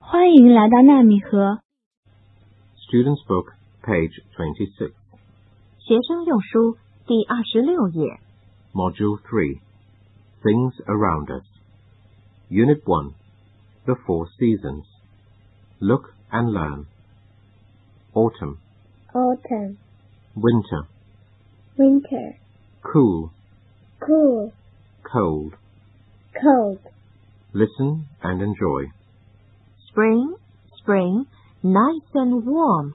欢迎来到纳米盒 Student's Book, page 26, 学生用书第二十六页 Module 3 Things Around Us. Unit 1 The Four Seasons. Look and Learn. Autumn, autumn, Winter, winter, Cool, cool, Cold. cold, Listen and enjoy. spring spring nice and warm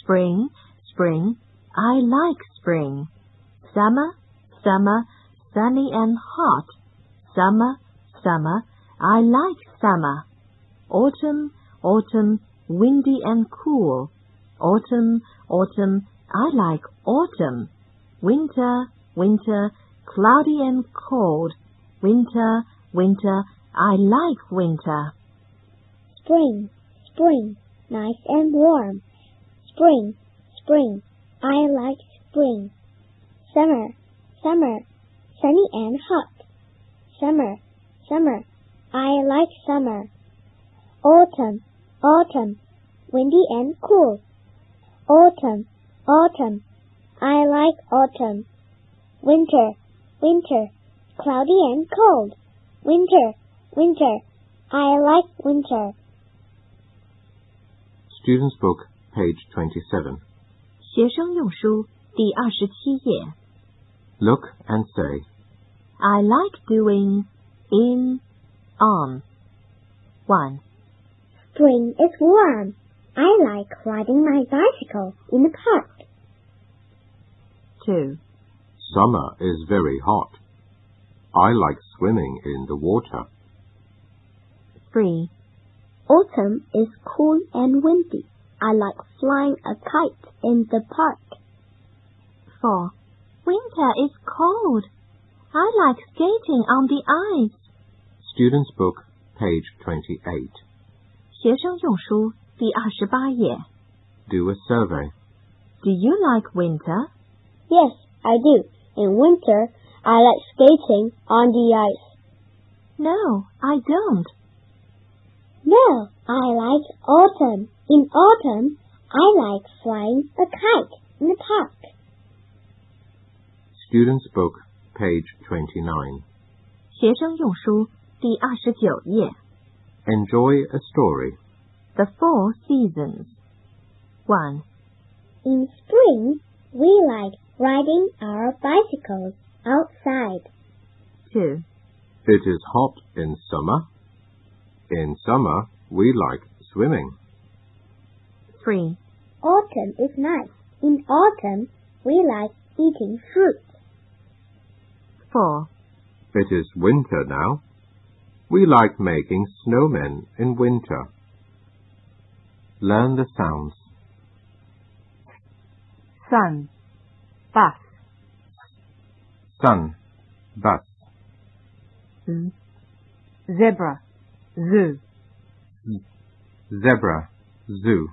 spring spring I like spring summer summer sunny and hot summer summer I like summer autumn autumn windy and cool autumn autumn I like autumn winter winter cloudy and cold winter winter I like winter spring, spring, nice and warm, spring, spring, I like spring, summer, summer, sunny and hot, summer, summer, I like summer, autumn, autumn, windy and cool, autumn, autumn, I like autumn, winter, winter, cloudy and cold, winter, winter, I like winter. Student's Book, page 27. 学生用书第二十七页。 Look and say. I like doing in on. 1. Spring is warm. I like riding my bicycle in the park. 2. Summer is very hot. I like swimming in the water. 3. Autumn is cool and windy. I like flying a kite in the park. 4. Winter is cold. I like skating on the ice. Student's Book, page 28. 学生用书第二十八页。 Do a survey. Do you like winter? Yes, I do. In winter, I like skating on the ice. No, I don't. No, I like autumn. In autumn, I like flying a kite in the park. Student's Book, page 29. 学生用书第二十九页。 Enjoy a story. The Four Seasons. 1. In spring, we like riding our bicycles outside. 2. It is hot in summer. In summer, we like swimming. 3. Autumn is nice. In autumn, we like eating fruit. 4. It is winter now. We like making snowmen in winter. Learn the sounds. Sun. Bus. Sun, bus, Zebra. Zoo. zebra, zoo,